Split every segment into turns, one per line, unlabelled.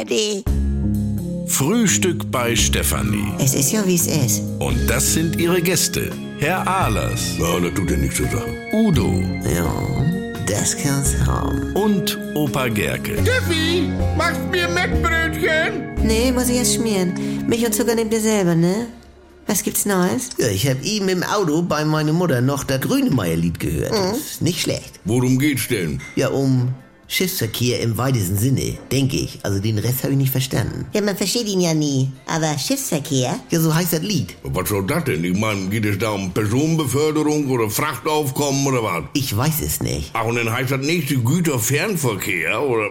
Eddie.
Frühstück bei Stefanie.
Es ist ja, wie es ist.
Und das sind ihre Gäste. Herr Ahlers,
Ja, das tut ja nichts zur Sache.
Udo
Ja, das kann's haben.
und Opa Gerke.
Steffi, machst mir Mettbrötchen?
Nee, muss ich erst schmieren. Milch und Zucker nehmt ihr selber, ne? Was gibt's Neues?
Ja, ich habe eben im Auto bei meiner Mutter noch das Grünemeyer-Lied gehört. Ist nicht schlecht.
Worum geht's denn?
Ja, um Schiffsverkehr im weitesten Sinne, denke ich. Also den Rest habe ich nicht verstanden.
Ja, man versteht ihn ja nie. Aber Schiffsverkehr?
Ja, so heißt das Lied.
Was soll das denn? Ich meine, geht es da um Personenbeförderung oder Frachtaufkommen oder was?
Ich weiß es nicht.
Ach, und dann heißt das nächste Güterfernverkehr, oder?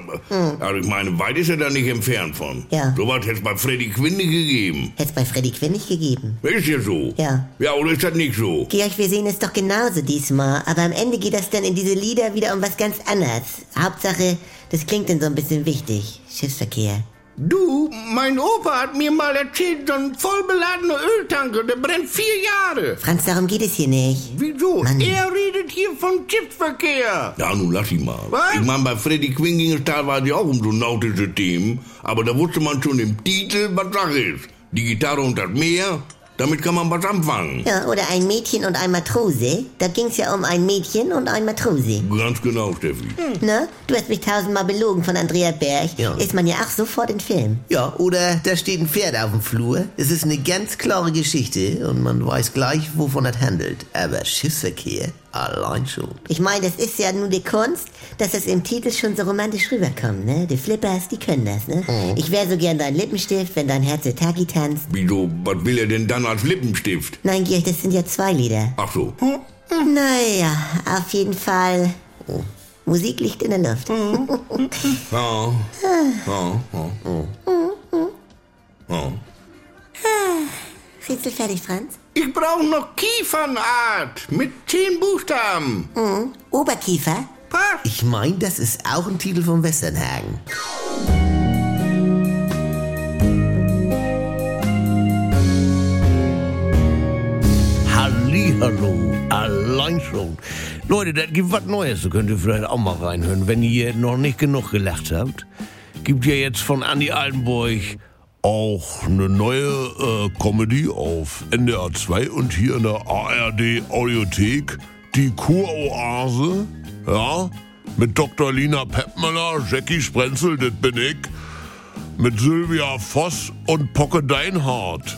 Also ich meine, weit ist er da nicht entfernt von.
Hm. Ja.
So was hätte es bei Freddy Quinde gegeben.
Hätt's bei Freddy Quinn nicht gegeben.
Ist ja so.
Ja.
Ja, oder ist das nicht so?
Georg, wir sehen es doch genauso diesmal. Aber am Ende geht das dann in diese Lieder wieder um was ganz anderes. Hauptsache, das klingt dann so ein bisschen wichtig. Schiffsverkehr.
Du, mein Opa hat mir mal erzählt, so ein vollbeladener Öltanker, der brennt vier Jahre.
Franz, darum geht es hier nicht.
Wieso?
Mann.
Er redet hier vom Schiffsverkehr.
Ja, nun lass ihn mal.
Was?
Ich meine, bei Freddy Quinn ging es teilweise auch um so nautische Themen, aber da wusste man schon im Titel, was Sache ist. Die Gitarre und das Meer, damit kann man was anfangen.
Ja, oder ein Mädchen und ein Matrose. Da ging's ja um ein Mädchen und ein Matrose.
Ganz genau, Steffi.
Hm.
Ne? Du hast mich tausendmal belogen von Andrea Berg.
Ja.
Ist man ja auch sofort im Film.
Ja, oder da steht ein Pferd auf dem Flur. Es ist eine ganz klare Geschichte und man weiß gleich, wovon es handelt. Aber Schiffsverkehr allein schon.
Ich meine, das ist ja nun die Kunst, dass es im Titel schon so romantisch rüberkommt, ne? Die Flippers, die können das, ne? Ich wäre so gern dein Lippenstift, wenn dein Herz Taki tanzt.
Wieso, was will er denn dann als Lippenstift?
Nein, Georg, das sind ja zwei Lieder.
Ach so.
Hm.
Naja, auf jeden Fall. Musik liegt in der Luft.
Hm.
Ja. Ja. Ja. Ja.
Rätsel fertig, Franz?
Ich brauche noch Kiefernart mit zehn Buchstaben.
Mhm. Oberkiefer?
Passt.
Ich meine, das ist auch ein Titel von Westernhagen.
Hallihallo, allein schon. Leute, das gibt was Neues, da könnt ihr vielleicht auch mal reinhören, wenn ihr noch nicht genug gelacht habt. Gibt ja jetzt von Andy Altenburg auch eine neue äh, Comedy auf NDR 2 und hier in der ARD Audiothek, die Kuroase, ja, mit Dr. Lina Peppmüller, Jackie Sprenzel, das bin ich mit Sylvia Voss und Pocke Deinhardt.